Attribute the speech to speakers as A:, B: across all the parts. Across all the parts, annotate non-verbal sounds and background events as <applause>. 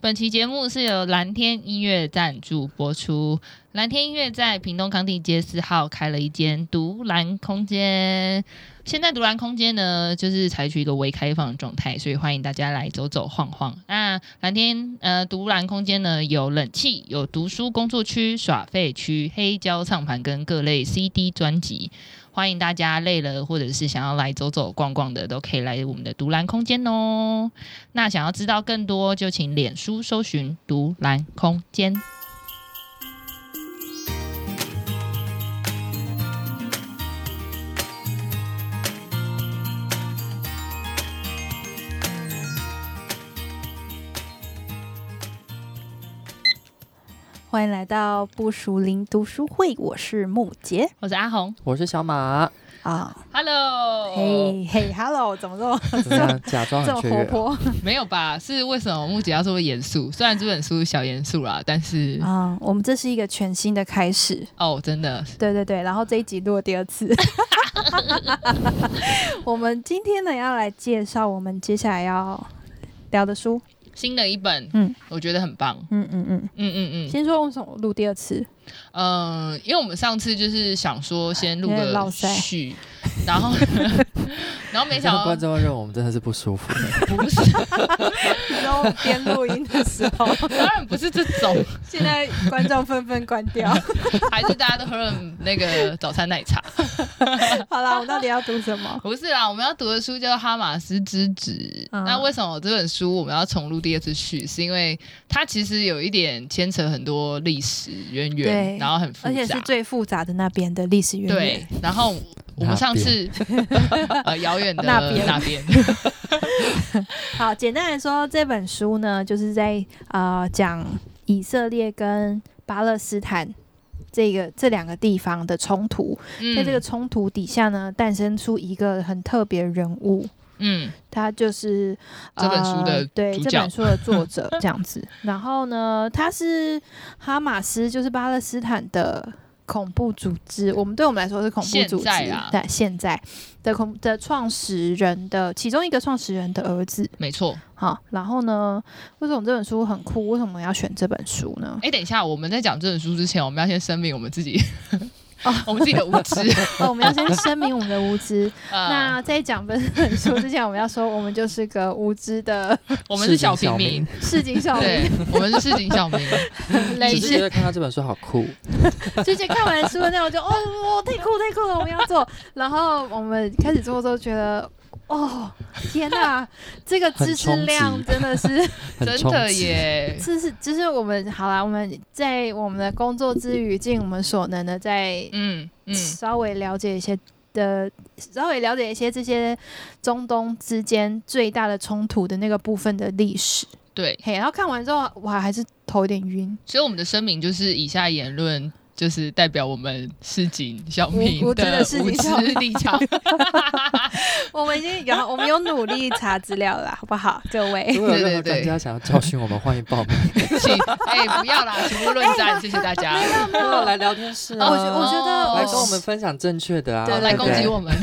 A: 本期节目是由蓝天音乐赞助播出。蓝天音乐在屏东康定街四号开了一间独蓝空间。现在独蓝空间呢，就是采取一个微开放的状态，所以欢迎大家来走走晃晃。那蓝天呃独蓝空间呢，有冷气，有读书工作区、耍废区、黑胶唱盘跟各类 CD 专辑。欢迎大家累了，或者是想要来走走逛逛的，都可以来我们的独蓝空间哦。那想要知道更多，就请脸书搜寻“独蓝空间”。
B: 欢迎来到不熟林读书会，我是木杰
A: 我是阿红
C: 我是
B: <laughs>
C: 小马，
B: 啊，
A: ，Hello，
B: 嘿嘿，Hello，怎么这么
C: 怎么样？假
A: 啊
C: 装
B: 这么
C: 很雀
B: 活
C: 跃，
B: 泼
A: 没有吧？是为什么木姐要说严肃？虽然这本书小严肃啦，但是、
B: 啊？我们这是一个全新的开始，
A: 哦，真的
B: 对对对，然后这一集录了第二次。 <laughs> 我们今天呢要来介绍我们接下来要聊的书，
A: 新的一本，
B: 嗯
A: 我觉得很棒，
B: 嗯嗯嗯，
A: 嗯嗯嗯，
B: 先说为什么录第二次，
A: 嗯、因为我们上次就是想说先录
B: 有点
A: 个
B: 落塞
A: 序，然
B: <laughs>
A: 后然后没
C: 你
A: 想
C: 像
A: 到
C: 观众会认为我们真的是不舒服，
A: 不是，
B: 然后边录音的时候，
A: 当然不是这种，
B: <laughs> 现在观众纷纷关 <laughs> 掉。
A: 还是大家都喝了那个早餐奶茶。
B: 好啦，我们到底要读什 <laughs> 么？
A: 不是啊啦，我们要读的书叫《哈马斯之子》。
B: 嗯
A: 那为什么这本书我们要重录第二次序？是因为它其实有一点牵扯很多历史渊源，
B: 对
A: 然后很复
B: 而且是
A: 杂。
B: 最复杂的那边的历史渊源
A: 对。，然后我们上次 <laughs> 呃遥远的
B: <laughs> 那边
A: 那边，
B: 好，简单来说，这本书呢，就是在呃讲以色列跟巴勒斯坦这个这两个地方的冲突，
A: 嗯
B: 在这个冲突底下呢，诞生出一个很特别的人物。
A: 嗯
B: 他就是
A: 这本书的
B: 呃、对
A: 主
B: 这
A: 角
B: 本书的作
A: <laughs>
B: 者这样子。然后呢，他是哈马斯，就是巴勒斯坦的恐怖组织。我们对我们来说是恐怖
A: 现
B: 组织
A: 在啊，
B: 对现在的恐的创始人的其中一个创始人的儿子。
A: 没错。
B: 好，然后呢，为什么这本书很酷？为什么要选这本书
C: <laughs>
B: 呢？
A: 哎，等一下，我们在讲这本书之前，我们要先声明我们自己
B: 哦
A: <laughs> 我们自己的无
B: <laughs>
A: 知。
B: 哦，我们要先声明我们的无
C: <laughs>
B: 知。
A: 呃，
B: 那
C: 嗯
B: 在讲这本书之前，我们要说我们就是个无知
C: <laughs>
B: 的
A: 我们是小
C: 市井
A: 平民，
B: 市井小民，
A: 对，我们是市井小民。
B: <laughs> 类
C: 只
B: 似
C: 是觉得看到这本书好酷，
B: 之前看完书的内容就哦，哦太酷太酷了，我们要做。然后我们开始做之后觉得，哦天哪、这个知识量
C: 很
B: 真
C: <laughs>
B: 的是，，
C: 很
A: 真
C: 冲
A: 的
C: 击。
A: 耶
B: 知识就是我们好啦，我们在我们的工作之余，尽我们所能的在
A: 嗯嗯，
B: 稍微了解一些的，稍微了解一些这些中东之间最大的冲突的那个部分的历史。
A: 对，
B: 嘿，然后看完之后，哇，还是头有点晕。
A: 所以我们的声明就是以下言论。就是代表我们市井小民
B: 无无知
A: 的
B: 的市
A: 无
B: 井小
A: 知立
B: <laughs>
A: 场，
B: 我们已经有， <laughs> 我们有努力查资料了啦，好不好，各位？ <laughs>
C: 如果有任
A: 对对
C: 何
A: 对
C: 专家想要教训我们，欢迎报名。
A: 请哎、不要啦，请勿论战，谢谢大家，
B: 哎 <laughs>
C: 没有来聊天室
B: 我
C: 啊，
B: 觉我觉得
A: 哦
C: 来跟我们分享正确的啊，
B: 对
A: 来
C: 对不
A: 攻
C: 对
A: 击我们，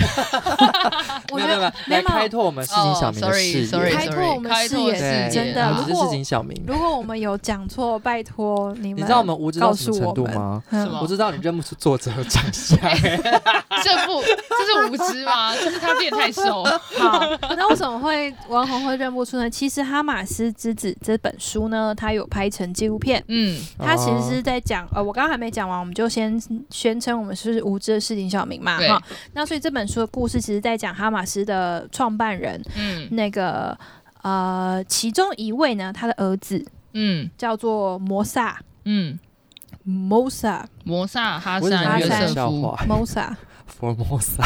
B: 我
C: 没
B: 觉
C: 有没有
B: 得
C: 没有来开拓我们市井小民
A: 哦
C: 的
A: ，sorry，
C: 视
A: sorry，
C: 野，
B: 开拓我们
A: 开拓
B: 视
C: 对
B: 野
A: 视
B: 真
A: 野，啊
B: 的
C: 我
B: 如果
C: 们只是市井小民。
B: 如果我们有讲错，拜托你们，
C: 你知道我们无知到什
B: 告
C: 么
B: 诉我
C: 程度
B: 们
C: 吗？
B: 嗯
A: 是吗
C: 我知道你认不出作者和长相，
B: <laughs>
A: 这不这是无知吗？这是他变太瘦，
B: 好，那为什么会王红会认不出呢？其实《哈马斯之子》这本书呢，它有拍成纪录片。
A: 嗯，
B: 它其实是在讲，呃，我刚刚还没讲完，我们就先宣称我们是无知的市井小民嘛，
A: 对
B: 哈。那所以这本书的故事其实在讲哈马斯的创办人，
A: 嗯
B: 那个呃，其中一位呢，他的儿子
A: 嗯
B: 叫做摩萨
A: 嗯，
B: 摩萨
A: 摩萨哈
C: 我只
A: 山
C: 能
A: 约
C: 讲
A: 瑟
C: 笑
A: 夫，
C: 话。
B: 摩萨， <laughs>
C: Formosa，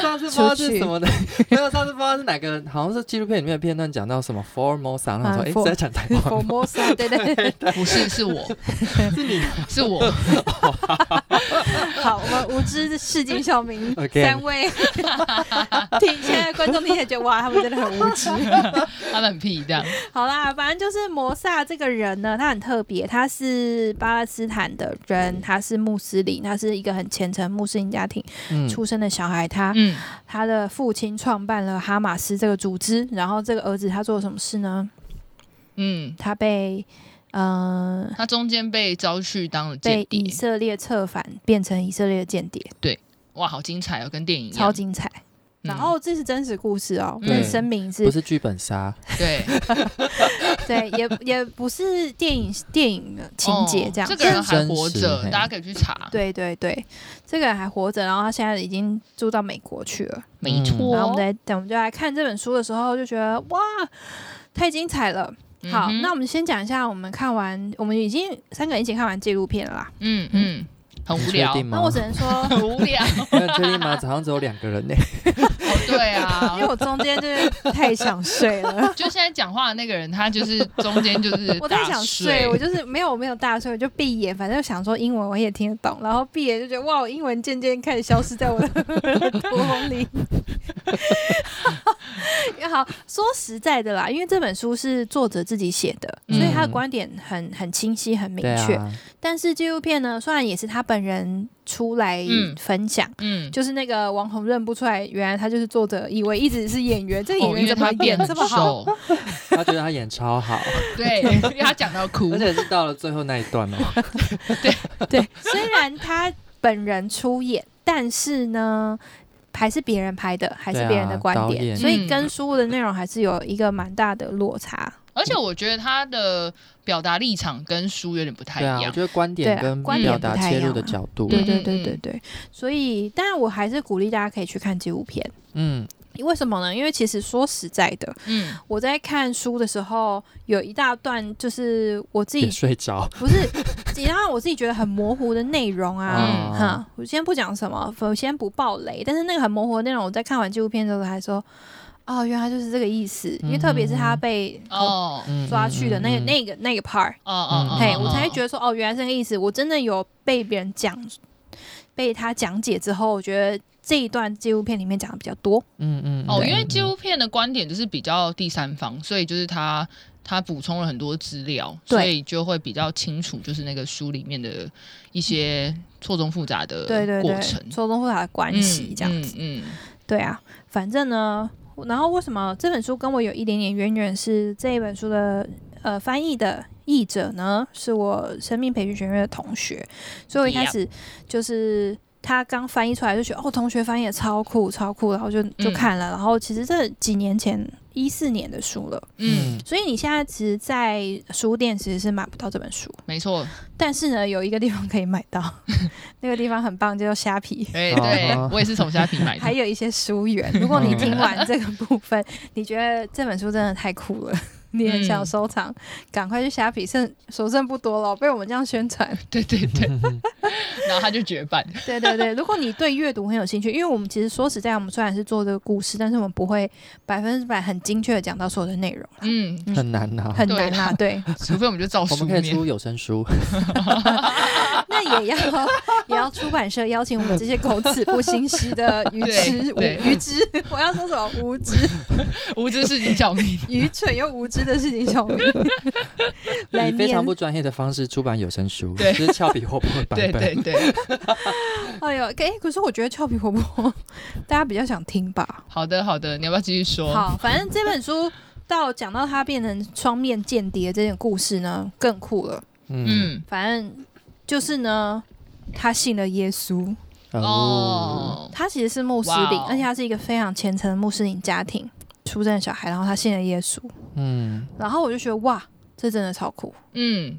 C: 上次不知道是什么的， <laughs> 没有上次不知道是哪个，好像是纪录片里面的片段讲到什么 Formosa，然后
B: 啊
C: 我说诶，
B: ，for-
C: 是在讲台湾
B: 佛
C: 吗，
B: 摩萨，对对对，
A: 不是是我，
C: 是你
A: 是我，
B: 好，我们无知市井小
C: <laughs>
B: 民
C: <laughs> OK
B: 三位， <laughs> 听现在观众听起来觉得哇，他们真的很无知。
A: 他们很屁这样，
B: 好啦，反正就是摩萨这个人呢，他很特别，他是巴勒斯坦的
A: 嗯
B: 人，他是穆斯林，他是一个很虔诚穆斯林家庭
C: 嗯，
B: 出生的小孩，他
A: 嗯
B: 他的父亲创办了哈马斯这个组织，然后这个儿子他做了什么事呢？
A: 嗯，
B: 他被嗯、呃
A: 他中间被招去当了间
B: 被
A: 谍
B: 以，色列策反，变成以色列的间谍，
A: 哇，好精彩哦，跟电影一样
B: 超精彩。
A: 嗯
B: 然后这是真实故事哦，
A: 嗯
B: 对，声明
C: 不
B: 是，
C: 是剧本杀，
A: 对
B: 对，也也不是电影电影的 <laughs> 情节
A: 哦
B: 这样，
A: 这个人还
C: 真
A: 活
C: 实
A: 着，
C: 嘿
A: 大家可以去查，，
B: 对对对，这个人还活着，然后他现在已经住到美国去了。
A: 没
C: 嗯
A: 错。
B: 然后我们在等，我们就来看这本书的时候，就觉得哇，太精彩了。
A: 嗯
B: 好，
A: 哼
B: 那我们先讲一下，我们看完，我们已经三个人一起看完纪录片了啦。
A: 嗯嗯，很
C: 你
A: 无
C: 确
A: 聊，
C: 定吗
B: 那我只能说， <laughs>
A: 很无聊。
C: <laughs> 你很确定吗？早上只有两个人呢、
A: 哦，对啊，
B: 因为，我中间就是太想睡了
A: 就现在讲话的那个人，他就是中间就是
B: <laughs> 我太
A: 大
B: 想
A: 睡
B: 睡，我就是没有我没有大睡，我就闭眼，反正想说英文我也听得懂，然后闭眼就觉得哇，我英文渐渐开始消失在我的 <laughs> 耳朵里。 <laughs> 也好，说实在的啦，因为这本书是作者自己写的，所以他的
C: 嗯
B: 观点很很清晰、很明
C: 对
B: 确。
C: 啊，
B: 但是纪录片呢，虽然也是他本人出来
A: 嗯
B: 分享，
A: 嗯，
B: 就是那个网红认不出来，原来他就是作者，以为一直是演员，这
A: 哦
B: 演
A: 因
B: 员
A: 为
B: 怎么
A: 他
B: 演
A: 变
B: 这么好？
A: 瘦，
C: 他觉得他演
B: <laughs>
C: 超好，
A: 对，因为他讲到哭
C: 而，且是到了最后那一段哦。 <laughs>
B: 对，虽然他本人出演，但是呢。还是别人拍的，还是
C: 对啊
B: 别人的观
C: 导
B: 点，
C: 演
B: 所以
A: 嗯
B: 跟书的内容还是有一个蛮大的落差。
A: 而且我觉得他的表达立场跟书有点不太
C: 对啊，
A: 一
C: 我
A: 样。
C: 觉得观
B: 对
C: 点
B: 啊
C: 跟
B: 观
A: 点
C: 表
B: 不
C: 达
B: 太一
C: 切入
B: 样
C: 的
B: 啊
C: 角度，
B: 对对
A: 嗯
B: 对对
A: 嗯
B: 对，所以当然我还是鼓励大家可以去看纪录片，
C: 嗯，
B: 为什么呢？因为其实说实在的，
A: 嗯，
B: 我在看书的时候，有一大段就是我自己
C: 也睡着，
B: 不是， <laughs> 你让我自己觉得很模糊的内容啊
A: 嗯，
B: 哈、我先不讲什么，我先不爆雷，但是那个很模糊的内容，我在看完纪录片之后还说，哦，原来就是这个意思，
A: 嗯
B: 因为特别是他被
A: 哦，
C: 嗯
B: 抓去的那个、那个那个 part，
A: 哦哦哦，
B: 嘿，
A: 哦
B: 我才会觉，得说，哦，原来是那个意思，我真的有被别人讲，被他讲解之后，我觉得这一段纪录片里面讲的比较多，
C: 嗯嗯
A: 哦，因为纪录片的观点就是比较第三方，所以就是他他补充了很多资料，
B: 对
A: 所以就会比较清楚，就是那个书里面的一些错综复杂的
B: 对对
A: 过
B: 对，
A: 程、
B: 错综复杂的关系这样子。
A: 嗯，嗯
B: 对啊，反正呢，然后为什么这本书跟我有一点点渊源是这一本书的呃翻译的译者呢，是我生命培训学院的同学，所以我一开始就是。他刚翻译出来就觉得哦，同学翻译的超酷超酷，然后就就
A: 嗯
B: 看了。然后其实这几年前一四年的书了，
A: 嗯，
B: 所以你现在其实，在书店其实是买不到这本书，
A: 没错，
B: 但是呢，有一个地方可以买到， <laughs> 那个地方很棒，叫做虾皮。
A: 哎、
C: 好
A: 对
C: 好
A: 我也是从虾皮买
B: 还
A: 的，
B: 有一些书
A: <laughs>
B: 源。如果你听完这个部分， <laughs> 你觉得这本书真的太酷了， <laughs> 你很想收
A: 嗯
B: 藏，赶快去虾皮，剩所剩不多了，被我们这样
A: <laughs>
B: 宣传。
A: 对对对，然后他就绝版，
B: 对对对，如果你对阅读很有兴趣，因为我们其实说实在，我们虽然是做这个故事，但是我们不会百分之百很精确的讲到所有的内容，
A: 嗯，
C: 嗯很难呐，
B: 很难啦。对，
A: 除非我们就照
C: 我
A: 书
C: 们可以
A: 面，
C: 出有声书，
B: 那也
A: <laughs>
B: 要也要出版社邀请我们这些口齿不清晰
A: <laughs>
B: 的愚痴、无
A: 对对
B: 愚痴，我要说什么无知
A: 无知是你小 <laughs> 明，
B: 愚蠢又无知的事
A: <laughs>
B: 情，小明来
C: 以非
B: 念
C: 常不专业的方式出版有声书，
A: 对
C: <laughs> 就是俏皮活泼的
A: 对
C: 版
A: 对
C: 本，
A: 对，
B: 哎呦，哎，可是我觉得俏皮活泼， <laughs> 大家比较想听吧。
A: 好的好的，你要不要继续说？
B: 好，反正这本书到讲到他变成双面间谍这件故事呢，更酷了。
C: 嗯，
A: 嗯，
B: 反正就是呢，他信了耶稣，
C: 哦，
A: 嗯哦，
B: 他其实是穆斯林，
A: 哇哦
B: 而且他是一个非常虔诚的穆斯林家庭出生的小孩，然后他信了耶稣，
C: 嗯，
B: 然后我就觉得哇，这真的超酷。
A: 嗯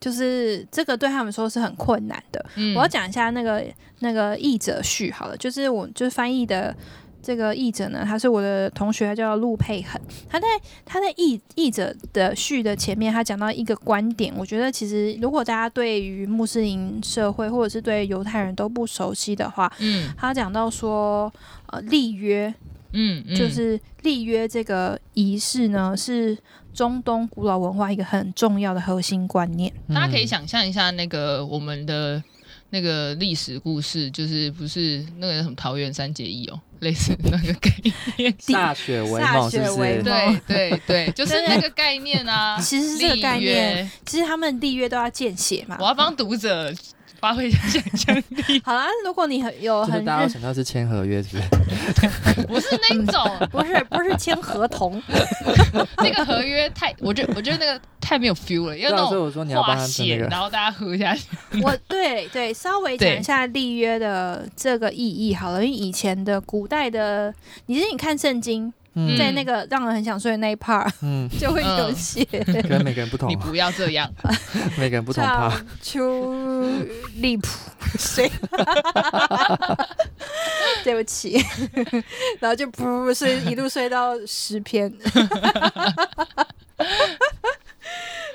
B: 就是这个对他们说是很困难的，
A: 嗯，
B: 我要讲一下那个那个译者序好了，就是我就是翻译的这个译者呢，他是我的同学，他叫陆佩恒。他在他在译译者的序的前面，他讲到一个观点，我觉得其实如果大家对于穆斯林社会或者是对犹太人都不熟悉的话，
A: 嗯
B: 他讲到说，呃，立约
A: 嗯，嗯
B: 就是立约这个仪式呢，是中东古老文化一个很重要的核心观念。
A: 大家可
B: 嗯
A: 以想象一下那个我们的那个历史故事，就是不是那个什么桃园三结义哦，类似那个概念。
C: 歃血为
B: 歃
C: 盟，
B: 血
C: 是不
B: 为
C: 是
B: 盟？
A: 对对对，就是那个概念啊。 <laughs>
B: 其实是这个概
A: 立
B: 念，
A: 约，
B: 其实他们立约都要见血嘛，
A: 我。要帮读者发挥一下想象力
B: 好啦，如果你很有
C: 就是
B: 很
C: 大家
B: 认
C: 都想到是签合约，是不是？
A: 不是那一种
B: 不是不是签合同，
A: 那个合约太， <laughs> 我觉得我觉得那个太没有 feel 了，因为
C: 对
A: 那
C: 啊所以
A: 种
C: 我说你要帮
A: 划
C: 他签那
A: 线，
C: 个。
A: 然后大家喝下去，
B: 我对对，稍微讲
A: 对
B: 一下立约的这个意义好了，因为以前的古代的，你是你看圣经，
C: 嗯
B: 在那个让人很想睡的那一 part
C: 嗯，
B: 就会有
A: 嗯
B: 写。
C: 可能每个人不同啊
A: 你，不要这样，
C: <laughs> 每个人不同
B: 叫
C: 怕。
B: 丘利普谁？对不起，然后就噗睡一路睡到十篇，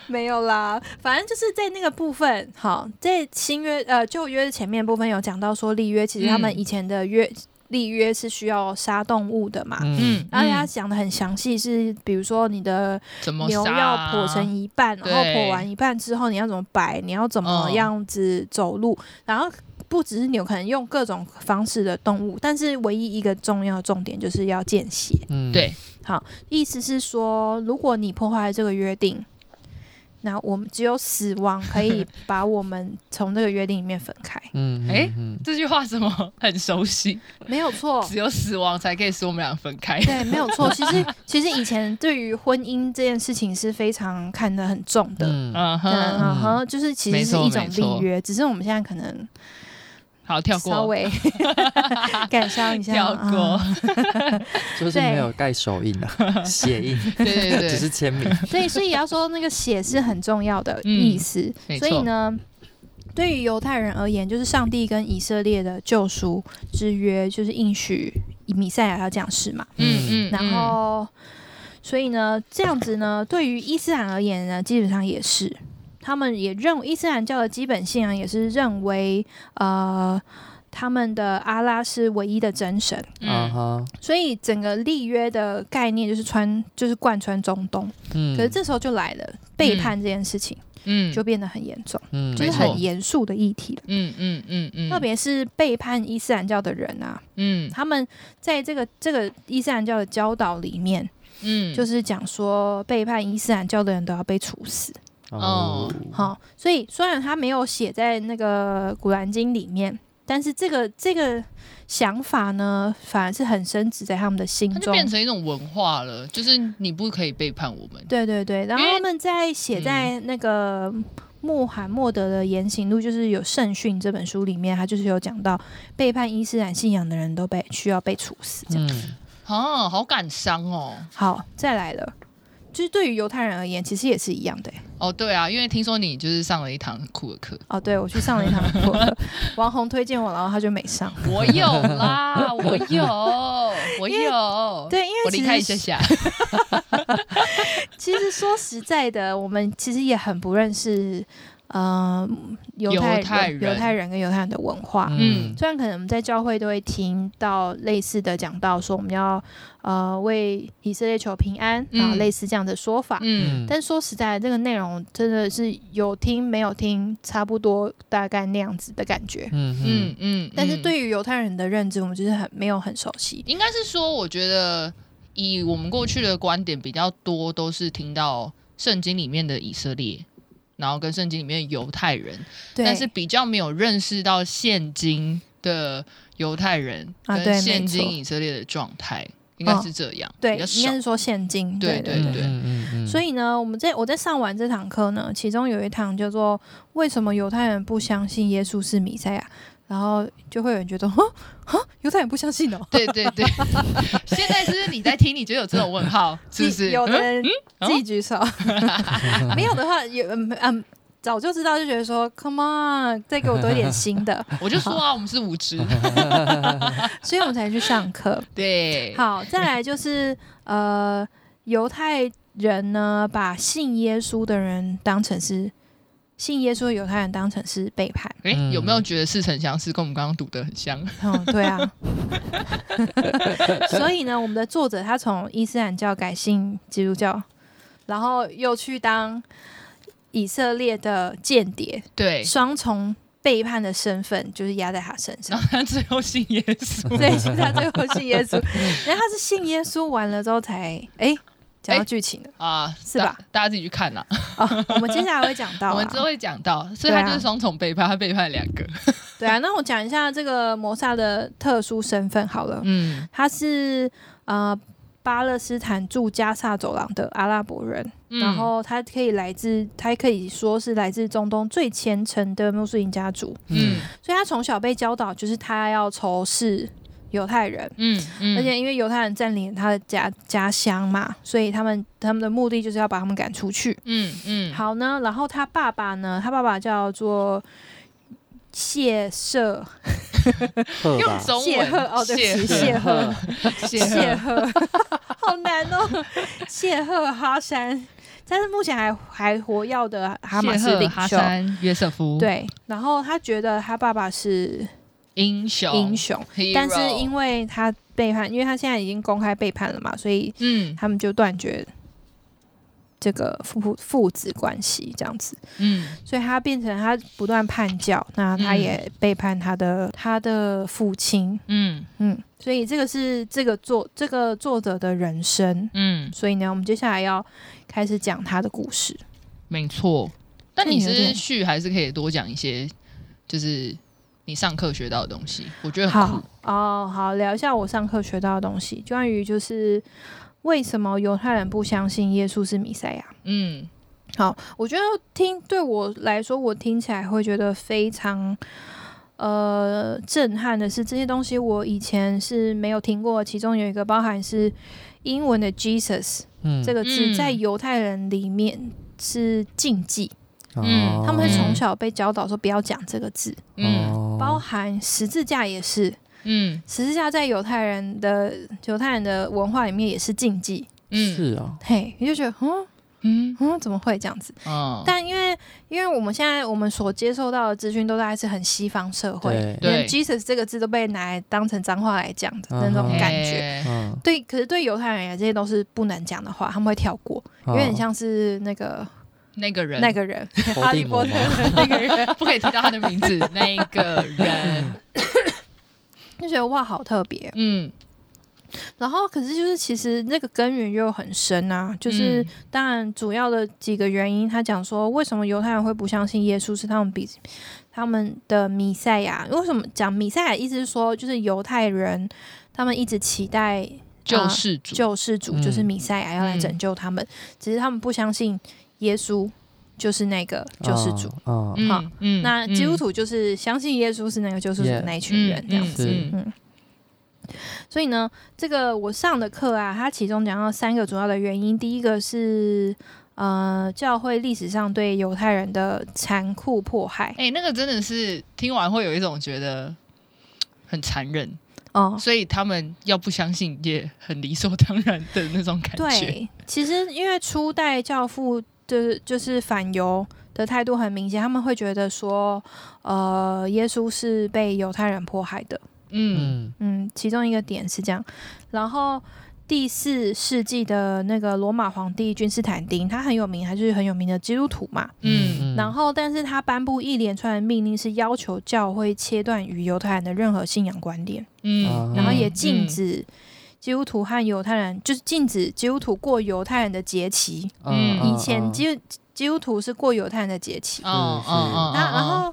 B: 没有啦，反正就是在那个部分，好，在新约呃旧约的前面部分有讲到说立约，其实他们
A: 嗯
B: 以前的约、立约是需要杀动物的嘛。
A: <laughs> 嗯，
B: 然后他
A: 嗯
B: 讲的很详细，是比如说你的
A: 怎么
B: 牛
A: 杀
B: 要
A: 啊
B: 剖成一半，然后
A: 对
B: 剖完一半之后你要怎么摆，你要怎么
A: 嗯
B: 样子走路，然后不只是牛，可能用各种方式的动物，但是唯一一个重要的重点就是要见血。
C: 嗯，
A: 对，
B: 意思是说，如果你破坏了这个约定，那我们只有死亡
A: <laughs>
B: 可以把我们从这个约定里面分开，
C: 嗯，嗯
A: 诶
C: 嗯
A: 这句话什么很熟悉，
B: 没有错。
A: 只有死亡才可以使我们俩分开。
B: 对，没有错。其实，其实以前对于婚姻这件事情是非常看得很重的。
C: 嗯，
A: 嗯
B: 嗯，
A: 哼，
B: 然后就是其
A: 没
B: 实是
A: 错
B: 一种
A: 没错
B: 立约，只是我们现在可能
A: 好跳
B: 稍
A: 过， <laughs>
B: 微感伤一下，
A: 跳过
B: 啊，
C: 就是没有盖手印啊，血印，
A: <laughs> 对对
C: 只
A: 对
C: 是，签名。
B: <laughs> 对，所以也要说那个血是很重要的
A: 嗯
B: 意思。
A: 没
B: 所以
A: 错
B: 呢，对于犹太人而言，就是上帝跟以色列的救赎之约，就是应许弥赛亚要降世嘛。
A: 嗯嗯，
B: 然后，所以呢，这样子呢，对于伊斯兰而言呢，基本上也是，他们也认伊斯兰教的基本信仰也是认为，呃，他们的阿拉是唯一的真神，
C: 啊
A: 嗯
C: 哈，
B: 所以整个立约的概念就是穿，就是贯穿中东。
C: 嗯，
B: 可是这时候就来了背叛这件事情，
A: 嗯，
B: 就变得很严重，
C: 嗯，
B: 就是
A: 没错
B: 很严肃的议题了。
A: 嗯嗯嗯嗯，
B: 特别是背叛伊斯兰教的人啊，
A: 嗯
B: 他们在这个这个伊斯兰教的教导里面，
A: 嗯，
B: 就是是讲说背叛伊斯兰教的人都要被处死。
C: 哦，
A: 嗯
B: 好、所以虽然他没有写在那个古兰经里面，但是这个这个想法呢，反而是很深植在他们的心
A: 它就
B: 中。
A: 变成一种文化了，就是你不可以背叛我们。
B: 对对对，然后
A: 因为嗯
B: 他们在写在那个穆罕默德的言行录，就是有《圣训》这本书里面，他就是有讲到背叛伊斯兰信仰的人都被需要被处死。这样、
C: 嗯，
A: 啊，好感伤哦！
B: 好，再来了，就是对于犹太人而言，其实也是一样的欸、
A: 哦，对啊，因为听说你就是上了一堂很酷的课，
B: <laughs> 哦，对我去上了一堂课， <laughs> 王红推荐我，然后他就没上。
A: 我有
B: <laughs>
A: 啦，我有，我
B: 因为
A: 有，
B: 对，因
A: 我
B: 为
A: 离
B: 其
A: 开一
B: 实
A: 下下，
B: 其实说实在的，我们其实也很不认识，呃，犹
A: 犹
B: 太
A: 太
B: 犹太人跟犹太人的文化。
A: 嗯
B: 虽然可能我们在教会都会听到类似的讲到说我们要呃为以色列求平安，
A: 嗯
B: 然后类似这样的说法。
A: 嗯，
B: 但说实在的，这个内容真的是有听没有听，差不多大概那样子的感觉。
C: 嗯
A: 嗯嗯，
B: 但是
A: 嗯
B: 对于犹太人的认知，我们就是很没有很熟悉。
A: 应该是说，我觉得以我们过去的观点比较多，都是听到圣经里面的以色列，然后跟圣经里面的犹太人，
B: 对，
A: 但是比较没有认识到现今的犹太人
B: 啊对
A: 跟
B: 没
A: 现今
B: 错哦
A: 以色列的状态，应该是这样，
B: 对，
A: 比较
B: 应
A: 少
B: 该是，说现今。
A: 对
B: 对
A: 对
B: 对
A: 对
C: 嗯嗯，
B: 所以呢，我们在我在上完这堂课呢，其中有一堂叫做“为什么犹太人不相信耶稣是弥赛亚”，然后就会有人觉得， <laughs> 哈哈，犹太人不相信哦。
A: 对对对。现在是不是你在听，你就有这种问号， <laughs> 是不是？
B: 有的
A: 嗯
B: 人自己举手，
A: <laughs>
B: 没有的话，有嗯嗯，早就知道就觉得说，Come on，再给我多一点新
A: <laughs>
B: 的，
A: 我就说啊，我们是无知的，
B: 所以我们才去上课。
A: 对，
B: 好，再来就是呃，犹太人呢，把信耶稣的人当成是信耶稣的犹太人当成是背叛。
A: 诶，
C: 嗯
A: 有没有觉得似曾相识，跟我们刚刚读的很
B: <laughs>
A: 像？
B: 嗯，对啊。所以呢，我们的作者他从伊斯兰教改信基督教，然后又去当以色列的间谍，
A: 对，
B: 双重背叛的身份就是压在他身上
A: <laughs> 然。后他最后信耶稣，
B: <laughs> 对，所以他最后信耶稣，然后他是信耶稣完了之后才哎讲到剧情了，
A: 啊，
B: 是吧
A: 大？大家自己去看啦，
B: 啊， <laughs> 我们接下来会讲到啦，
A: 我们之后会讲到，所以他
B: 对啊
A: 就是双重背叛，他背叛了两个。
B: 对啊，那我讲一下这个摩萨的特殊身份好了，
A: 嗯，
B: 他是呃巴勒斯坦驻加萨走廊的阿拉伯人，
A: 嗯
B: 然后他可以来自，他可以说是来自中东最虔诚的穆斯林家族，
A: 嗯
B: 所以他从小被教导就是他要仇视犹太人。
A: 嗯嗯，
B: 而且因为犹太人占领了他的家家乡嘛，所以他们他们的目的就是要把他们赶出去。
A: 嗯嗯
B: 好呢，然后他爸爸呢，他爸爸叫做谢舍
C: 赫
A: 用
C: 吧，
A: 中
B: 谢赫
A: 文
B: 哦，对不起，
A: 谢
B: 谢赫
A: 赫
B: 谢
A: 谢赫，
B: 赫， <laughs> 好难哦，谢赫哈山，但是目前还还活跃的哈马斯
A: 谢赫
B: 领
A: 哈
B: 袖。
A: 山约瑟夫，，
B: 对，然后他觉得他爸爸是
A: 英雄
B: 英雄，
A: ，hero
B: 但是因为他背叛，因为他现在已经公开背叛了嘛，所以
A: 嗯
B: 他们就断绝这个父父子关系，这样子。
A: 嗯
B: 所以他变成他不断叛教，那他
A: 嗯
B: 也背叛他的、他的父亲，
A: 嗯
B: 嗯，所以这个是这个作这个作者的人生。
A: 嗯，
B: 所以呢，我们接下来要开始讲他的故事。
A: 没错。但你
B: 这有
A: 是
B: 点
A: 续还是可以多讲一些，就是你上课学到的东西，我觉得很
B: 好
A: 酷。
B: 哦，好，聊一下我上课学到的东西，关于就是为什么犹太人不相信耶稣是弥赛亚。
A: 嗯
B: 好，我觉得听对我来说，我听起来会觉得非常呃震撼的是，这些东西我以前是没有听过。其中有一个包含是英文的 Jesus
C: 嗯
B: 这个字，
A: 嗯
B: 在犹太人里面是禁忌，
C: 哦
A: 嗯
B: 他们会
A: 是
B: 从小被教导说不要讲这个字，
A: 嗯
C: 哦
B: 包含十字架也是。
A: 嗯
B: 十字架在犹太人的犹太人的文化里面也是禁忌，
A: 嗯
C: 是啊，
B: 嘿，你就觉得嗯
A: 嗯
B: 嗯怎么会这样子？
A: 嗯，
B: 但因为因为我们现在我们所接受到的资讯都大概是很西方社会，
C: 对，
A: 对
B: 连 Jesus 这个字都被拿来当成脏话来讲的那种
C: 嗯哼
B: 感觉。
A: 哎
C: 嗯，
B: 对，可是对犹太人来讲，这些都是不能讲的话，他们会跳过，有点像是那个
A: 那个人
B: 那个人，
C: 佛
B: 哈利
C: 嗯地魔
B: 波特
C: 嗯吗
B: 的那个人，
A: <laughs> 不可以提到他的名
B: <laughs>
A: 字，那个人，
B: 就觉得哇，好特别。哦
A: 嗯，
B: 然后，可是就是其实那个根源又很深啊，就是、
A: 嗯
B: 当然主要的几个原因，他讲说为什么犹太人会不相信耶稣是他们比他们的弥赛亚？为什么讲弥赛亚？意思是说，就是犹太人他们一直期待
A: 救世主，
B: 救世主，
C: 嗯
B: 就是弥赛亚要来拯救他们，只是他们不相信耶稣就是那个 <laughs> 救世主。
C: 啊，嗯
A: 嗯
B: 好
A: 嗯
B: 那基督徒就是相信耶稣是那个救世主的
C: Yeah
B: 那一群人，这样子。
A: 嗯
B: 嗯，所以呢，这个我上的课啊，它其中讲到三个主要的原因，第一个是呃，教会历史上对犹太人的残酷迫害，
A: 哎、那个真的是听完会有一种觉得很残忍，
B: 哦、
A: 所以他们要不相信也很理所当然的那种感觉。
B: 对，其实因为初代教父就是就是反犹的态度很明显，他们会觉得说，呃，耶稣是被犹太人迫害的，
A: 嗯
C: 嗯
B: 嗯，其中一个点是这样，然后。第四世纪的那个罗马皇帝君士坦丁，他很有名，他就是很有名的基督徒嘛。
A: 嗯
B: 然后，但是他颁布一连串的命令，是要求教会切断与犹太人的任何信仰关联，
A: 嗯，
B: 然后也禁止基督徒和犹太人，就是禁止基督徒过犹太人的节期。
A: 嗯
B: 以前基基督徒是过犹太人的节期，
A: 嗯，哦哦哦，
B: 那然后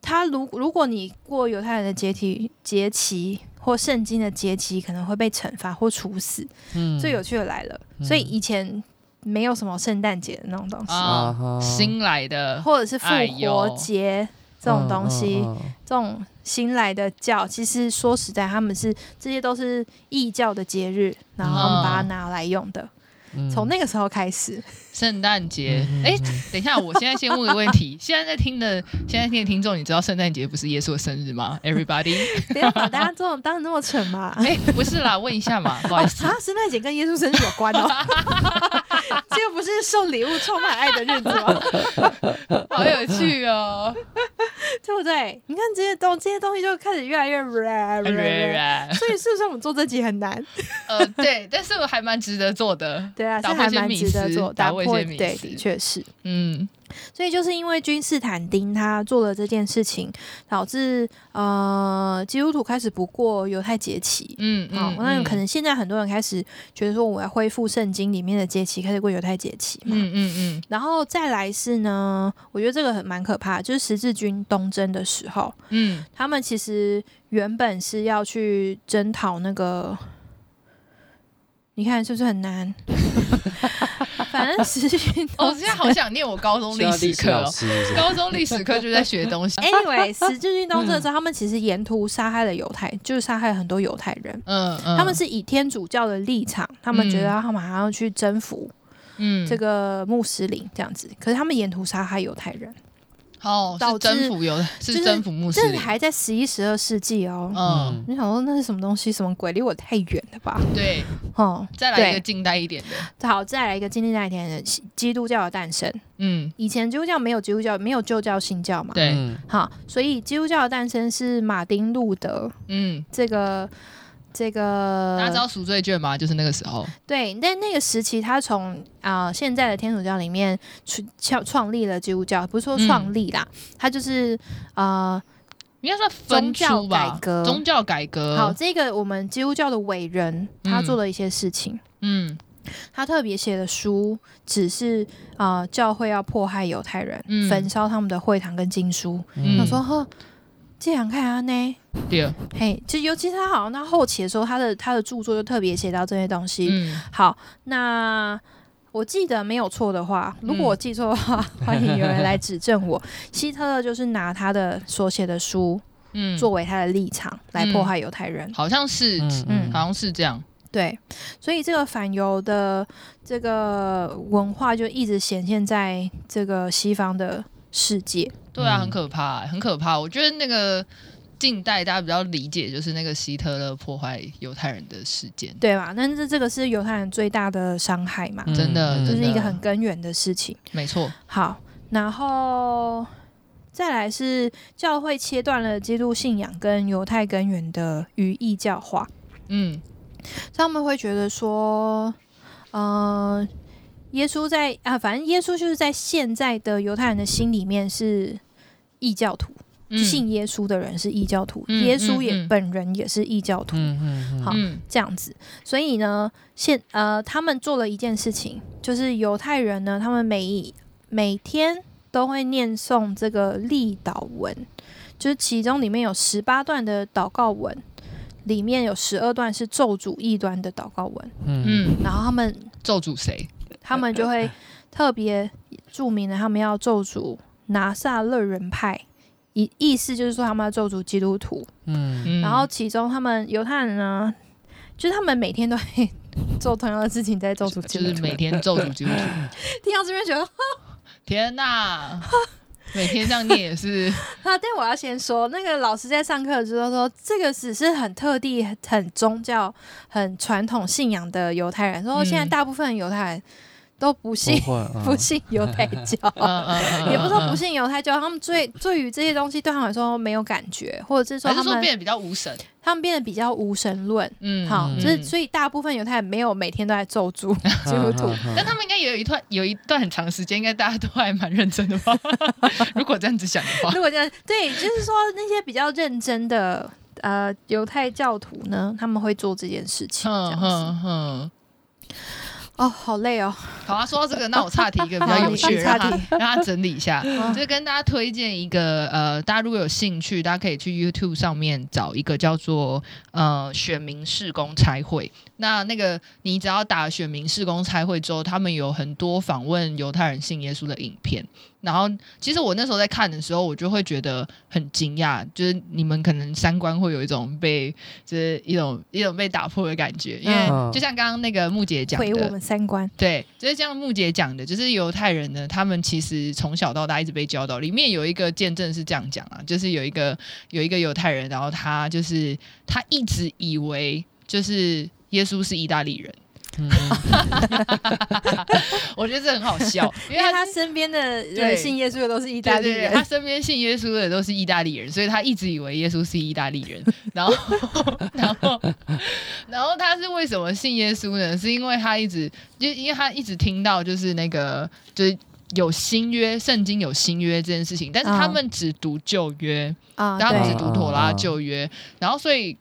B: 他如如果你过犹太人的节期节期或圣经的节期，可能会被惩罚或处死。
A: 嗯
C: 嗯
B: 最有趣的来了，所以以前没有什么圣诞节的那种东西，
A: 啊、新来的，
B: 或者是复
A: 哎呦嗯
B: 活节这种东西。
C: 嗯
B: 这种新来的教，其实说实在，他们是这些都是异教的节日，然后他们把它拿来用的。
A: 嗯
C: 嗯
B: 从那个时候
A: <laughs>
B: 开始，
A: 圣诞节，哎、等一下，我现在先问个问
B: <laughs>
A: 题，现在在听的，现在听的听众，你知道圣诞节不是耶稣的生日吗？Everybody，
B: <laughs> 不要把啊大家这种当成那么蠢
A: <laughs>
B: 嘛。
A: 哎、不是啦，问一下
B: <laughs>
A: 嘛，不好意思，
B: 啊，圣诞节跟耶稣生日有关哦， <laughs> 这个不是送礼物充满爱的日子哦吗？
A: <laughs> 好有趣哦，
B: 对不对？你看这些东这些东西就开始
A: <laughs>
B: 越来越 rare rare，所以是不是我们做这集很难？
A: 呃，对，但是我还蛮值得做的。
B: 对啊，是
A: 打破一
B: 还
A: 些
B: 蛮
A: 迷
B: 值得
A: 思
B: 做，
A: 打
B: 打
A: 破
B: 破
A: 一些迷
B: 对，
A: 思
B: 的确是。
A: 嗯
B: 所以就是因为君士坦丁他做了这件事情，导致呃基督徒开始不过犹太节期。
A: 嗯，
B: 好、
A: 嗯
B: 那
A: 嗯
B: 可能现在很多人开始觉得说，我要恢复圣经里面的节期，开始过犹太节期嘛。
A: 嗯嗯
B: 然后再来是呢，我觉得这个很蛮可怕，就是十字军东征的时候，
A: 嗯嗯
B: 他们其实原本是要去征讨那个，你看是不是很难？ <laughs> 反正十字军
A: 哦，
B: <laughs> 东
A: 我现在好想念我高中
C: 需要
A: 历
C: 历
A: 史
C: 史
A: 课
C: 老
A: 哦，
C: 师是不是
A: 高中历史课就在学东西。 <laughs>
B: Anyway，十字军东征的
A: 嗯
B: 时候，他们其实沿途杀害了犹太，就是杀害了很多犹太人。
A: 嗯嗯，
B: 他们是以天主教的立场，他们觉得
A: 嗯
B: 他们还要去征服
A: 嗯
B: 这个穆斯林这样子，可是他们沿途杀害犹太人，
A: 哦，
B: 导
A: 是
B: 致
A: 征服犹太，
B: 就是是
A: 征服穆斯
B: 这
A: 林。
B: 还在十一、十二世纪哦。
A: 嗯，
B: 你想说那是什么东西？什么鬼？离我太远了吧？
A: 对，
B: 哦，
A: 再来一个
B: 对
A: 近代一点的，
B: 好，再来一个今天那一天的基督教的诞生。
A: 嗯，
B: 以前基督教没有基督教，没有旧教、新教嘛。
A: 对，
C: 嗯
B: 好，所以基督教的诞生是马丁路德
A: 嗯，
B: 这个这个
A: 大家知道赎罪券吗？就是那个时候，
B: 对，但那个时期，他从啊、呃现在的天主教里面去创创立了基督教，不是说
A: 嗯
B: 创立啦，他就是呃，
A: 应该算分出吧
B: 宗教改，革
A: 宗教改革，
B: 好，，这个我们基督教的伟人，他
A: 呃嗯
B: 做了一些事情，
A: 嗯
B: 他特别写的书，只是啊、呃教会要迫害犹太人，
A: 嗯
B: 焚烧他们的会堂跟经书。
A: 嗯
B: 我、说呵，这样看啊呢，
A: 对，
B: 嘿，就尤其是他好像他后期的时候，他的他的著作就特别写到这些东西，
A: 嗯，
B: 好，那我记得没有错的话，如
A: 嗯
B: 果我记错的话，欢迎有人来指正我。希特勒就是拿他的所写的书
A: 嗯，
B: 作为他的立场来迫害犹太人，
A: 好像是，
C: 嗯
B: 嗯
A: 好像是这样，
B: 对，所以这个反犹的这个文化就一直显现在这个西方的世界。
A: 对啊，
C: 嗯
A: 很可怕，很可怕。我觉得那个近代大家比较理解，就是那个希特勒破坏犹太人的事件，
B: 对吧？但是这个是犹太人最大的伤害嘛，
C: 嗯
A: 真的
C: 嗯
B: 这
A: 真
B: 是
A: 的
B: 一个很根源的事情。
A: 没错，
B: 好，然后再来是教会切断了基督信仰跟犹太根源的语义教化，
A: 嗯
B: 他们会觉得说，呃，耶稣在啊，反正耶稣就是在现在的犹太人的心里面是异教徒，
A: 嗯，
B: 信耶稣的人是异教徒，
A: 嗯
B: 耶稣也、
A: 嗯嗯
B: 本人也是异教徒。
C: 嗯嗯嗯
B: 好
A: 嗯
B: 这样子，所以呢，现呃，他们做了一件事情，就是犹太人呢，他们每每天都会念诵这个立祷文，就是其中里面有十八段的祷告文，里面有十二段是咒诅异端的祷告文，
C: 嗯
A: 嗯，
B: 然后他们
A: 咒诅谁？
B: 他们就会特别注明了，他们要咒诅拿撒勒人派，意意思就是说他们要咒诅基督徒，
C: 嗯
A: 嗯，
B: 然后其中他们犹太人呢，就是他们每天都会 <laughs> 做同样的事情，在咒诅基
A: 就
B: 督
A: 是
B: 徒。
A: 每天咒诅基督徒。
B: 听到这边觉得， <laughs>
A: 天呐，每天这样念也
B: <laughs>
A: 是，
B: 啊，但我要先说，那个老师在上课的时候说，这个只是很特地、很宗教、很传统信仰的犹太人，说
A: 嗯哦
B: 现在大部分犹太人都不信、
C: 不会，嗯
B: 不信犹太
A: <laughs>
B: 教。
A: 嗯嗯嗯，
B: 也不是说不
A: 是，
B: 信犹太教，他们对对于这些东西对他们来说没有感觉，或者是说
A: 还
B: 他
A: 是说
B: 们
A: 变得比较无神？
B: 他们变得比较无神论。
A: 嗯，
B: 好，
A: 嗯
B: 这、是所以大部分犹太人没有每天都在
A: <laughs>
B: 咒诅基督徒，
C: 嗯
A: 但他们应该也有一段有一段 <laughs> 很长时间，应该大家都还蛮认真的吧？ <laughs> 如果这样子想的
B: <laughs>
A: 话， <laughs>
B: 如果这样，对，就是说那些比较认真的呃犹太教徒呢，他们会做这件事情，这
A: 嗯
B: 样子。
A: 嗯嗯。
B: 哦，好累哦，
A: <laughs> 好啊，说到这个，那我岔题一个比较有趣的，让
B: 好你岔
A: 他
B: 题
A: 让他整理一下。
B: 啊
A: 就是跟大家推荐一个，呃，大家如果有兴趣，大家可以去 YouTube 上面找一个叫做呃选民事工拆会。那那个你只要打选民事工拆会之后，他们有很多访问犹太人信耶稣的影片。然后其实我那时候在看的时候，我就会觉得很惊讶，就是你们可能三观会有一种被，就是一种一种被打破的感觉，因为
C: 嗯
A: 就像刚刚那个木姐讲
B: 毁
A: 的
B: 我，们三观。
A: 对，就是像木姐讲的，就是犹太人呢，他们其实从小到大一直被教导。里面有一个见证是这样讲啊，就是有一个有一个犹太人，然后他就是他一直以为就是耶稣是意大利人，
C: 嗯
A: <laughs> 我觉得这很好笑，因
B: 因
A: 为
B: 为
A: 他
B: 他身边的
A: 对
B: 人信耶稣的都是意
A: 对
B: 大利
A: 对对，
B: 人， <laughs>
A: 他身边信耶稣的都是意大利人，所以他一直以为耶稣是意大利人。然后，然后，然后他是为什么信耶稣呢？是因为他一直就因为他一直听到就是那个就是有新约，圣经有新约这件事情，但是他
B: 嗯
A: 们只读旧约，
B: 啊，
A: 他们只
B: 对
C: 嗯
A: 读妥拉旧约，然后所以。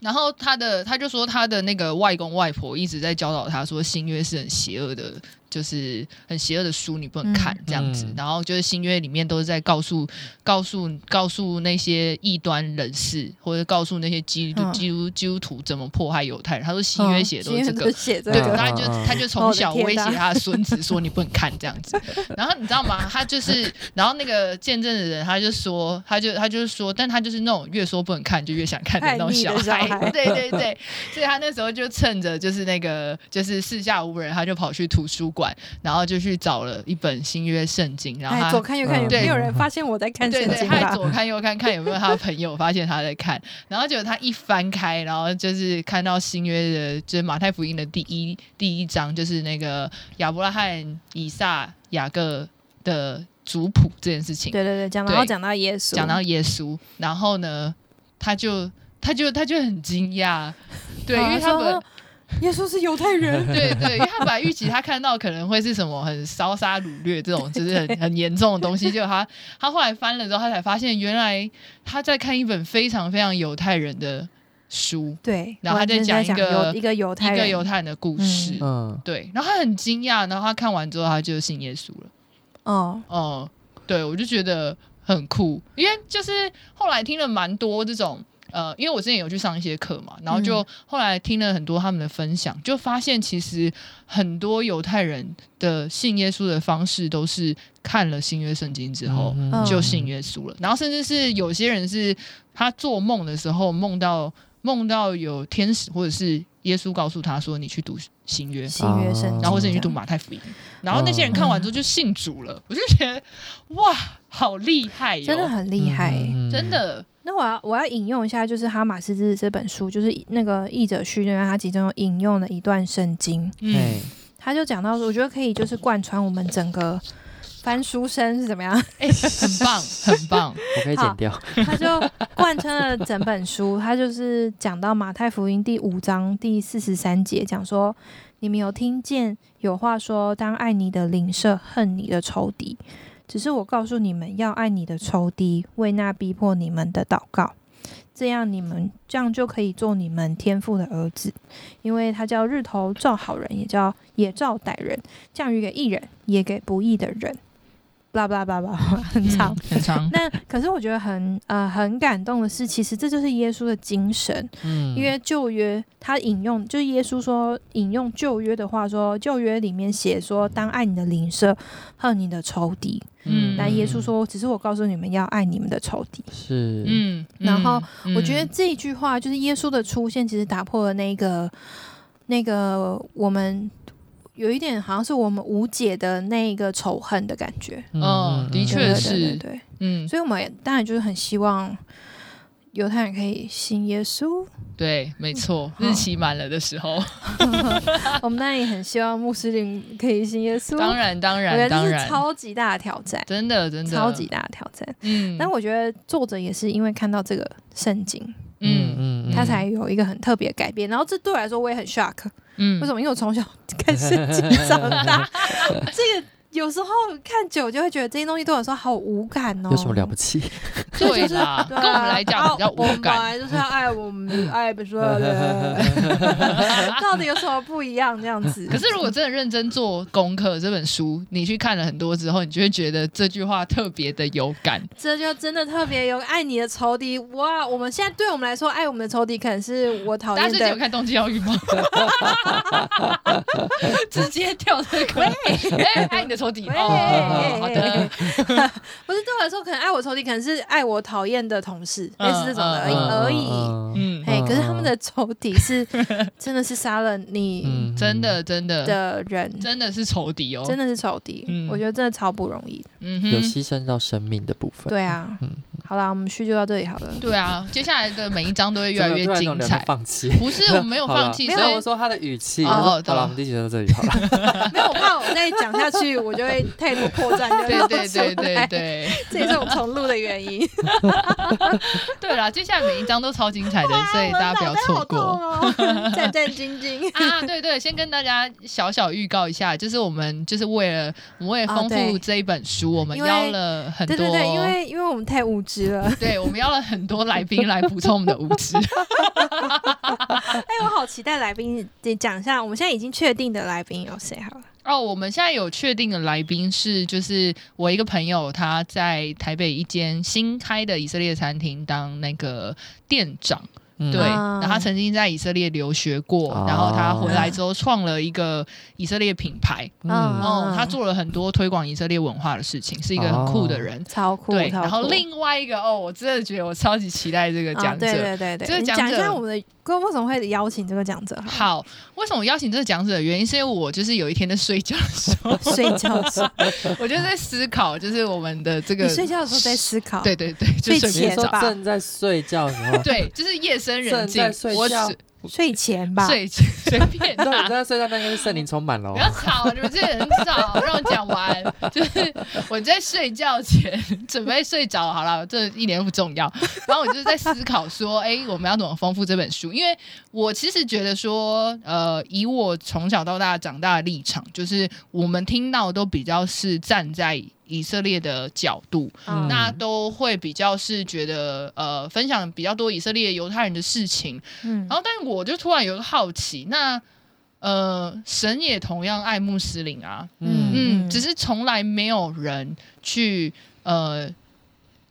A: 然后他的他就说他的那个外公外婆一直在教导他说新约是很邪恶的，就是很邪恶的书，你不能看
B: 嗯
A: 这样子。
C: 嗯
A: 然后就是新约里面都是在告诉告诉告诉那些异端人士，或者告诉那些基督
B: 嗯
A: 基督基督徒怎么迫害犹太人。他说新约写的都是这
B: 嗯
A: 个，
B: 新约都写这
A: 对，
C: 嗯
B: 个，哦
A: 他就
C: 嗯嗯
A: 他就从小威胁他的孙子说你不能看这样子，然后你知道吗？他就是，然后那个见证的人他就说，他就他就是说，但他就是那种越说不能看就越想看的那种小
B: 叛逆的小
A: 孩，
B: 孩
A: 对对对，所以他那时候就趁着就是那个就是四下无人，他就跑去图书馆，然后就去找了一本新约圣经，然后
B: 哎，
A: 他
B: 左看右看，有
C: 嗯
B: 没有
C: 对
B: 人发现我在看
A: 对
B: 圣
A: 对，
B: 经啊
A: 他还
B: 吧？
A: 左看右看，看有没有他的朋友发现他在看，然后结果他一翻开，然后就是看到新约的，就是马太福音的第一第一章，就是那个亚伯拉罕、以撒、雅各的族谱这件事情，
B: 对对对，讲
A: 对
B: 到讲到耶稣，
A: 讲到耶稣，然后呢，他就他就他就很惊讶，对，因为他本
B: 说耶稣是犹
A: <laughs>
B: 太人， <laughs>
A: 对对，因为他本来预期他看到可能会是什么很烧杀掳掠这
B: <laughs>
A: 种，就是很很严重的东西，结果他他后来翻了之后，他才发现原来他在看一本非常非常犹太人的书，
B: 对，
A: 然后他
B: 完
A: 在
B: 全
A: 讲
B: 在
A: 一
B: 讲
A: 个
B: 犹一个犹太
A: 一个
B: 人，
A: 犹太人的故事。
C: 嗯，
A: 对，然后他很惊讶，然后他看完之后他就信耶稣了。
B: 哦，
A: 哦、对，我就觉得很酷，因为就是后来听了蛮多这种。呃，因为我之前有去上一些课嘛，然后就
B: 嗯
A: 后来听了很多他们的分享，就发现其实很多犹太人的信耶稣的方式都是看了新约圣经之后
C: 嗯
B: 嗯
A: 就信耶稣了，然后甚至是有些人是他做梦的时候梦到梦到有天使或者是耶稣告诉他说你去读新约，
B: 新约圣经，
A: 然后或者你去读
B: 嘛，
A: 马太福音，然后那些人
B: 哦
A: 看完之后就信主了，我就觉得哇，好厉害哟、
B: 真的很厉害耶。
C: 嗯
A: 真，的，
B: 那我要我要引用一下，就是《哈马斯之子》这本书，就是那个译者序那边，他其中有引用了一段圣经，
A: 嗯
C: 哎，，
B: 他就讲到，我觉得可以就是贯穿我们整个翻书生是怎么样，
A: 哎、很棒，很棒，
C: <laughs> 我可以
B: 好
C: 剪掉。
B: 他就贯穿了整本书。他就是讲到马太福音第五章第四十三节，讲说：你们有听见有话说，当爱你的邻舍，恨你的仇敌。只是我告诉你们，要爱你的仇敌，为那逼迫你们的祷告。这样你们这样就可以做你们天父的儿子，因为他叫日头照好人，也叫也照歹人，降雨给义人，也给不义的人。blah blah blah blah，很长。
A: 嗯很 <laughs> 长，
B: 那可是我觉得很呃很感动的是，其实这就是耶稣的精神，
C: 嗯
B: 因为旧约他引用，就是耶稣说引用旧约的话说，旧约里面写说，当爱你的邻舍，恨你的仇敌。
A: 嗯
B: 那耶稣，说，只是我告诉你们要爱你们的仇敌。
C: 是，
A: 嗯，
B: 然后
A: 嗯
B: 我觉得这一句话就是耶稣的出现，其实打破了那个那个我们有一点好像是我们无解的那个仇恨的感觉。
A: 哦的确
B: 对对
A: 是
B: 对对对。
A: 嗯，
B: 所以我们也当然就是很希望犹太人可以信
A: <laughs>
B: 耶稣，
A: 对，没错，
B: 嗯哦
A: 日期满了的时候，
B: 我们当然也很希望穆斯林可以信耶稣。
A: 当然，当
B: 我觉
A: 然，
B: 得
A: 当
B: 这是
A: 然，
B: 超级大的挑战，
A: 真的，真的，
B: 超级，大的挑战。
A: 嗯，
B: 但我觉得作者也是因为看到这个圣经，
A: 嗯
C: 嗯
B: 他才有一个很特别的改变。然后这对我来说我也很 shock，
A: 嗯，
B: 为什么？因为我从小看圣经长
A: <laughs>
B: 大，这个有时候看久就会觉得这些东西对我来说好无感哦。
C: 有什么了不起？
A: 对啦，
B: 对啊
A: 跟我们来讲比较
B: 啊我
A: 无
B: 们本
A: 感，
B: 来就是要爱我们爱不
A: <laughs>
B: 说的，到底有什么不一样这样子？
A: 可是如果真的认真做功课，这本书你去看了很多之后，你就会觉得这句话特别的有感。
B: 这就真的特别有爱你的仇敌哇！我们现在对我们来说，爱我们的仇敌可能是我讨
A: 大家
B: 厌
A: 最近有
B: 的。
A: 看《冬季奥运》吗？
B: <laughs>
A: 直接跳这个，哎，爱你的仇敌
B: 喂
A: 哦，好的，
B: 不是对我来说，可能爱我仇敌可能是爱我讨厌的同事，类似这种的而已
A: 嗯
B: 而已。
C: 嗯
A: 嗯，
B: 嘿，可是他们的仇敌 <laughs> 是真的是杀了你
A: 真，的真的
B: 嗯的人，
A: 真的是仇敌哦，
B: 真的是仇敌
A: 嗯。
B: 我觉得真的超不容易的。
A: 嗯
C: 有
A: 哼，
C: 牺牲到生命的部分。
A: 嗯
B: 对啊，好啦，我们序就到这里好了。
A: 对啊，接下来的每一章都会越来越
C: 突然
A: 精
C: 有点
A: 彩。
C: 放弃。
A: 不是，我没有
C: 好啦
A: 放弃，
B: 没
A: 所
B: 有
C: 没有，我
A: 以
C: 说他的语气。
A: 哦
C: 我说
A: 哦懂
C: 好了，我们第一集就到这里好了。
B: 没有，我怕我再讲下去，我就会太多破绽，
A: <laughs>
B: 就
A: 对
B: 露
A: 对
B: 出
A: 对对
B: 来，
A: 对
B: 这也是我们重录的
A: <laughs>
B: 原因。
A: 对啦，接下来每一章都超精彩的，
B: <laughs>
A: 所以大家不要错过。
B: 好痛啊哦， <laughs> 战战兢兢。
A: 啊，对对，先跟大家小小预告一下，就是我们就是为了我们为了
B: 哦
A: 丰富
B: 对
A: 这一本书，我们
B: 因为
A: 邀了 <laughs> 很多，哦
B: 对对对，因为因为我们太无知了，
A: <laughs> 对我们邀了很多来宾来补充我们的无知。
B: <laughs> 哎，我好期待来宾，得讲一下，我们现在已经确定的来宾有谁好了？
A: 哦，我们现在有确定的来宾是，就是我一个朋友，他在台北一间新开的以色列餐厅当那个店长，<laughs>
C: 嗯
A: 对，
B: 啊
A: 然后他曾经在以色列留学过，
C: 哦
A: 然后他回来之后创了一个以色列品牌，
B: 嗯
A: 哦，他做了很多推广以色列文化的事情，是一个很酷的人。
B: 超哦酷，
A: 对，
B: 超
A: 然后
B: 酷
A: 另外一个哦，我真的觉得我超级期待这个讲
B: 啊
A: 者。
B: 对对对对，
A: 这个
B: 你
A: 讲
B: 讲一
A: 者
B: 下我们的，为为什么会邀请这个
A: <laughs>
B: 讲者好了？
A: 好，为什么我邀请这个讲者的原因，是因为我就是有一天在睡觉的时候，
B: 睡觉的时候，
A: 我就在思考，就是我们的这
B: <laughs> 你
A: 个，
B: 睡觉的时候在思考，
A: 对对对，就
B: 睡
A: 睡
C: 你
A: 眠
B: 前
A: 着
C: 说
B: 吧
C: 正在睡觉的时候， <laughs>
A: 对，就是夜深人
C: 正
A: 静
C: 在，睡
A: 我
C: 觉
A: 只
B: 睡前吧，
A: 睡随便
C: 你知道你
A: 啦
C: 正。在睡觉，那应该是森林充满了哦
A: 不。要吵，啊你们这人很吵，让我讲完。就是我在睡觉前准备睡着，好了，这一点都不重要。然后我就是在思考说，哎、我们要怎么丰富这本书？因为我其实觉得说，呃，以我从小到大长大的立场，就是我们听到都比较是站在以色列的角度，
B: 嗯
A: 那都会比较是觉得，呃，分享比较多以色列犹太人的事情。
B: 嗯
A: 然后，但我就突然有个好奇，那呃，神也同样爱穆斯林啊，
C: 嗯
A: <laughs> 嗯，
B: 嗯
A: 只是从来没有人去呃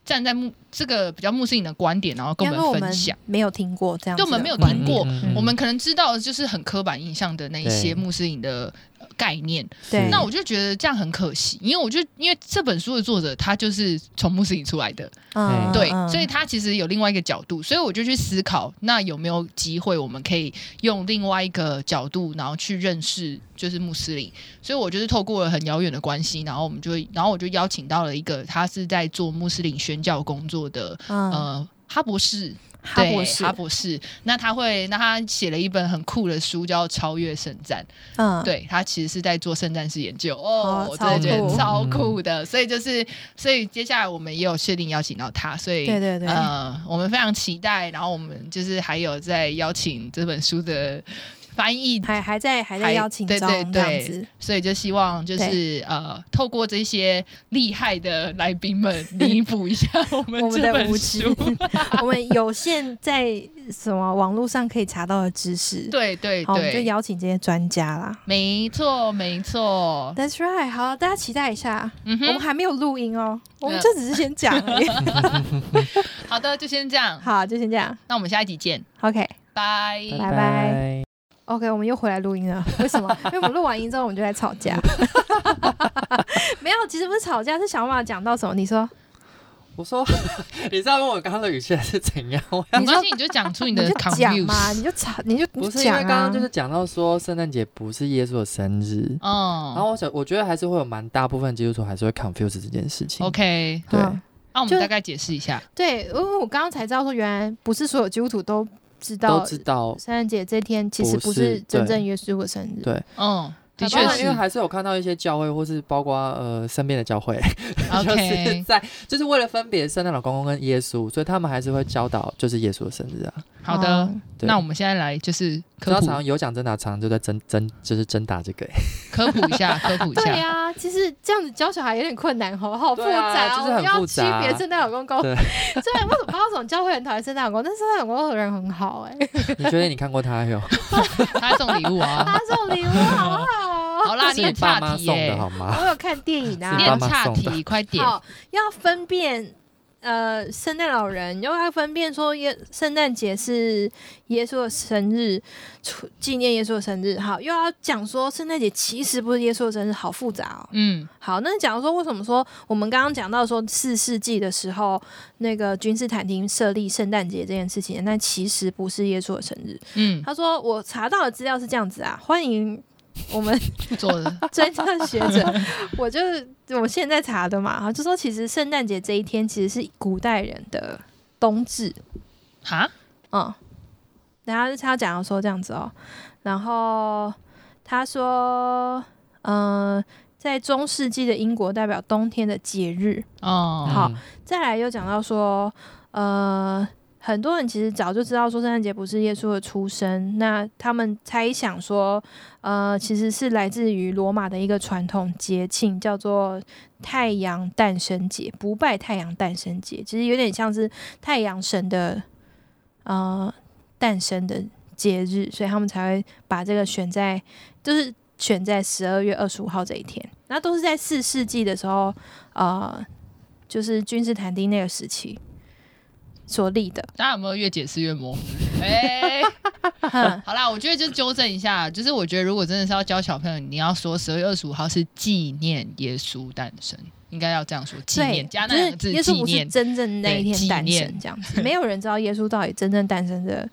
A: 站在穆这个比较穆斯林的观点，然后跟
B: 因为
A: 我
B: 我
A: 们
B: 们嗯
A: 分享。
B: 没有听过这样子
A: 对
B: 的
A: 我
B: 观
A: 们没
B: 点，
A: 有听过
C: 嗯
A: 我们可能知道的就是很刻板印象的那一些
C: 对
A: 穆斯林的呃概念，
B: 对，
A: 那我就觉得这样很可惜，因为我就因为这本书的作者他就是从穆斯林出来的，
B: 嗯
A: 对，
B: 嗯
A: 所以他其实有另外一个角度，所以我就去思考，那有没有机会我们可以用另外一个角度，然后去认识就是穆斯林。所以我就是透过了很遥远的关系，然后我们就，然后我就邀请到了一个他是在做穆斯林宣教工作的，
B: 嗯，
A: 呃。哈博士，
B: 哈
A: 对，
B: 博士
A: 哈，博士，那他会，那他写了一本很酷的书，叫《超越圣战》。
B: 嗯，
A: 对他其实是在做圣战式研究哦
B: 哦，
A: 我真的觉得超
C: 超酷
A: 酷的。所以就是，所以接下来我们也有确定邀请到他，所以
B: 对对对
A: 呃，我们非常期待。然后我们就是还有在邀请这本书的翻译，
B: 还还在还在
A: 还
B: 邀请
A: 对
B: 中
A: 对
B: 这样
A: 对
B: 子，
A: 所以就希望就是呃，透过这些厉害的来宾们弥补
B: <laughs>
A: 一下我们
B: 我们
A: 这
B: 的
A: 本
B: 无知 <laughs>
A: 书。，
B: 我们有限在什么网络上可以查到的知识，
A: 对对
B: 好，我们就
A: 对，
B: 邀请这些专家啦。
A: 没错没错，
B: That's right，好，大家期待一下，
A: 嗯
B: 我们
A: 哼，
B: 还没有录音哦，我们
A: 嗯
B: 就只是先讲而已。
A: 好的，就先这样，
B: 好，就先这样
A: 那我们下一集见，
B: ，OK。
A: 拜。
B: 拜拜 OK，我们又回来录音了。为什么？因为我们录完音之后，我们就在吵架。 <laughs> 没有，其实不是吵架，是想办法讲到什么。你说，
C: 我说， <laughs> 你知道问我刚刚的语气还是怎样？ <laughs> 我要
A: 没关系， <laughs> 你就讲出你
B: 你
A: 的
B: 就讲
A: confuse
B: 嘛，你就吵，你就你
C: 不
B: 就是
C: 因
B: 讲
C: 为
B: 啊。
C: 刚刚就是讲到说圣诞节不是耶稣的生日，然
A: 嗯
C: 后我想我觉得还是会有蛮大部分基督徒还是会 confuse 这件事情。
A: ，OK，
C: 对
B: 嗯
A: 那我们
B: 就
A: 大概解释一下。
B: 对，因为我刚刚才知道说，原来不是所有基督徒都知道
C: 都知道，
B: 圣诞节这天其实
C: 不
B: 不
C: 是
B: 是真
C: 对
B: 正耶稣的生日。
C: 对
A: 嗯，的
B: 好
A: 确
B: 吧
C: 因为因
A: 是
C: 为还是有看到一些教会，或是包括呃身边的教会， <laughs> 就是 <laughs>
A: ，OK，
C: 在就是为了分别圣诞老公公跟耶稣，所以他们还是会教导就是耶稣的生日啊。
A: 好的。
B: 嗯
C: 对
A: 那我们现在来就是
C: 知道
A: 科
C: 常
A: 普
C: 常有奖真打，常常就在争争就是争打
A: <laughs>
C: 这个、欸，
A: 科普一
C: <laughs>
A: 下，科普一
B: 对
A: 下。
B: 呀、其实这样子教小孩有点困难哦，好复
C: 对啊
B: 杂、哦，
C: 就是很
B: 我要
C: 复
B: 区
C: 杂
B: 别圣诞老公公。虽
C: 对
B: 然为什么不知道为什么教会很讨厌圣诞老公，但是圣诞老公公的人很好
C: <laughs>
B: 哎、
C: 你觉得你看过他有？
A: 他还送礼物啊
C: <laughs>
B: 他，送礼物好不好？
A: 好啦，你
C: 是你
A: 很
C: 爸
A: 差
C: 妈
A: 题
C: 送的
A: 耶，
C: 好
A: <laughs>
C: 吗？
B: <laughs> 我有看电影
A: 你
C: 是
B: 啊
C: 吧，
A: 很差
C: 爸妈送
A: 题，快点。
B: 好要分辨呃圣诞老人，又要分辨说耶圣诞节是耶稣的生日，除纪念耶稣的生日，好又要讲说圣诞节其实不是耶稣的生日，好复杂哦。
A: 嗯，
B: 好，那讲说为什么说我们刚刚讲到说四世纪的时候，那个君士坦丁设立圣诞节这件事情，那其实不是耶稣的生日，
A: 嗯
B: 他说我查到的资料是这样子啊，欢迎我们
A: 做的，
B: 真正学者， <laughs> 我就是我现在查的嘛，就说其实圣诞节这一天其实是古代人的冬至，
A: 哈，
B: 嗯，然后他讲说这样子哦，然后他说，嗯、在中世纪的英国代表冬天的节日，
A: 哦，
B: 好
C: 嗯
B: 再来又讲到说，呃，很多人其实早就知道说圣诞节不是耶稣的出生，那他们猜想说，呃，其实是来自于罗马的一个传统节庆，叫做太阳诞生节，不拜太阳诞生节，其实有点像是太阳神的呃诞生的节日，所以他们才会把这个选在就是。选在十二月二十五号这一天，那都是在四世纪的时候，呃，就是君士坦丁那个时期所立的。
A: 大家有没有越解释越
B: <laughs>
A: 模糊？哎、
B: 哼
A: 好啦，我觉得就纠正一下，就是我觉得如果真的是要教小朋友，你要说十二月二十五号是纪念耶稣诞生，应该要这样说，纪
B: 对，
A: 念加那两个
B: 就是
A: 字，
B: 耶稣
A: 纪
B: 不是
A: 念。
B: 真正那
A: 对
B: 一天
A: 纪
B: 诞生
A: 念
B: 这
A: <laughs>
B: 样子，没有人知道耶稣到底真正诞生的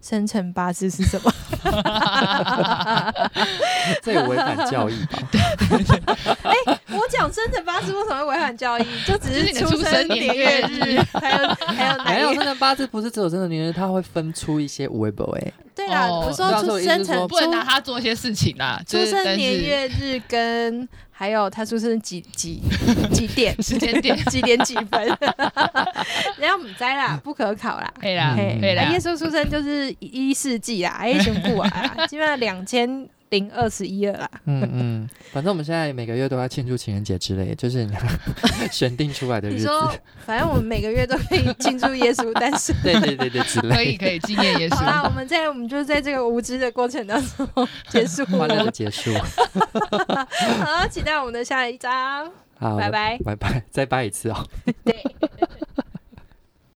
B: 生辰八字是什么。 <laughs>
C: 这也违反
A: <laughs>
C: 教义吧？
B: 我讲生辰八字为什么会违反教义？就只
A: 就是你
B: 是
A: 的出
B: 生
A: 生
B: 年
A: 年
B: 月
A: 月
B: 日，还有还有哪
A: 哎
C: 没有
B: 里？
C: 生辰八字不是只有生辰年日，它会分出一些微博哎，
B: 对啦，
A: 哦
B: 我说
C: 那时
B: 出
C: 候
B: 生
C: 一直说
B: 辰
A: 不能拿
B: 出
A: 他做一些事情啦，就
B: 出
A: 是但
B: 生
A: 是
B: 年月日跟还有他出生几几几点
A: 时间点
B: <laughs> 几点几分，人家唔知啦，不可考啦。
A: 可以
C: <laughs>
A: 啦，
C: 嗯
A: 可以
B: 啊
A: 啦
B: 耶。稣出生就是一世纪啦，哎，全部啊，基本上两千零二十一了啦。
C: 嗯嗯，反正我们现在每个月都要庆祝情人节之类，就是你 <laughs> 选定出来的
B: 你
C: 日子，。
B: 说，反正我们每个月都可以庆祝耶稣诞
A: <laughs>
B: 生
C: 对对对对之
A: 可
C: 类
A: 以可以纪念耶
B: 好啦，
A: 稣，
B: 我们在我们就在这个无知的过程当中 <laughs> 结束
C: 的，欢乐
B: 了
C: 的。结束，
B: 好，期待我们的下一章，
C: 好，
B: 拜拜。
C: 拜拜，再拜一次哦。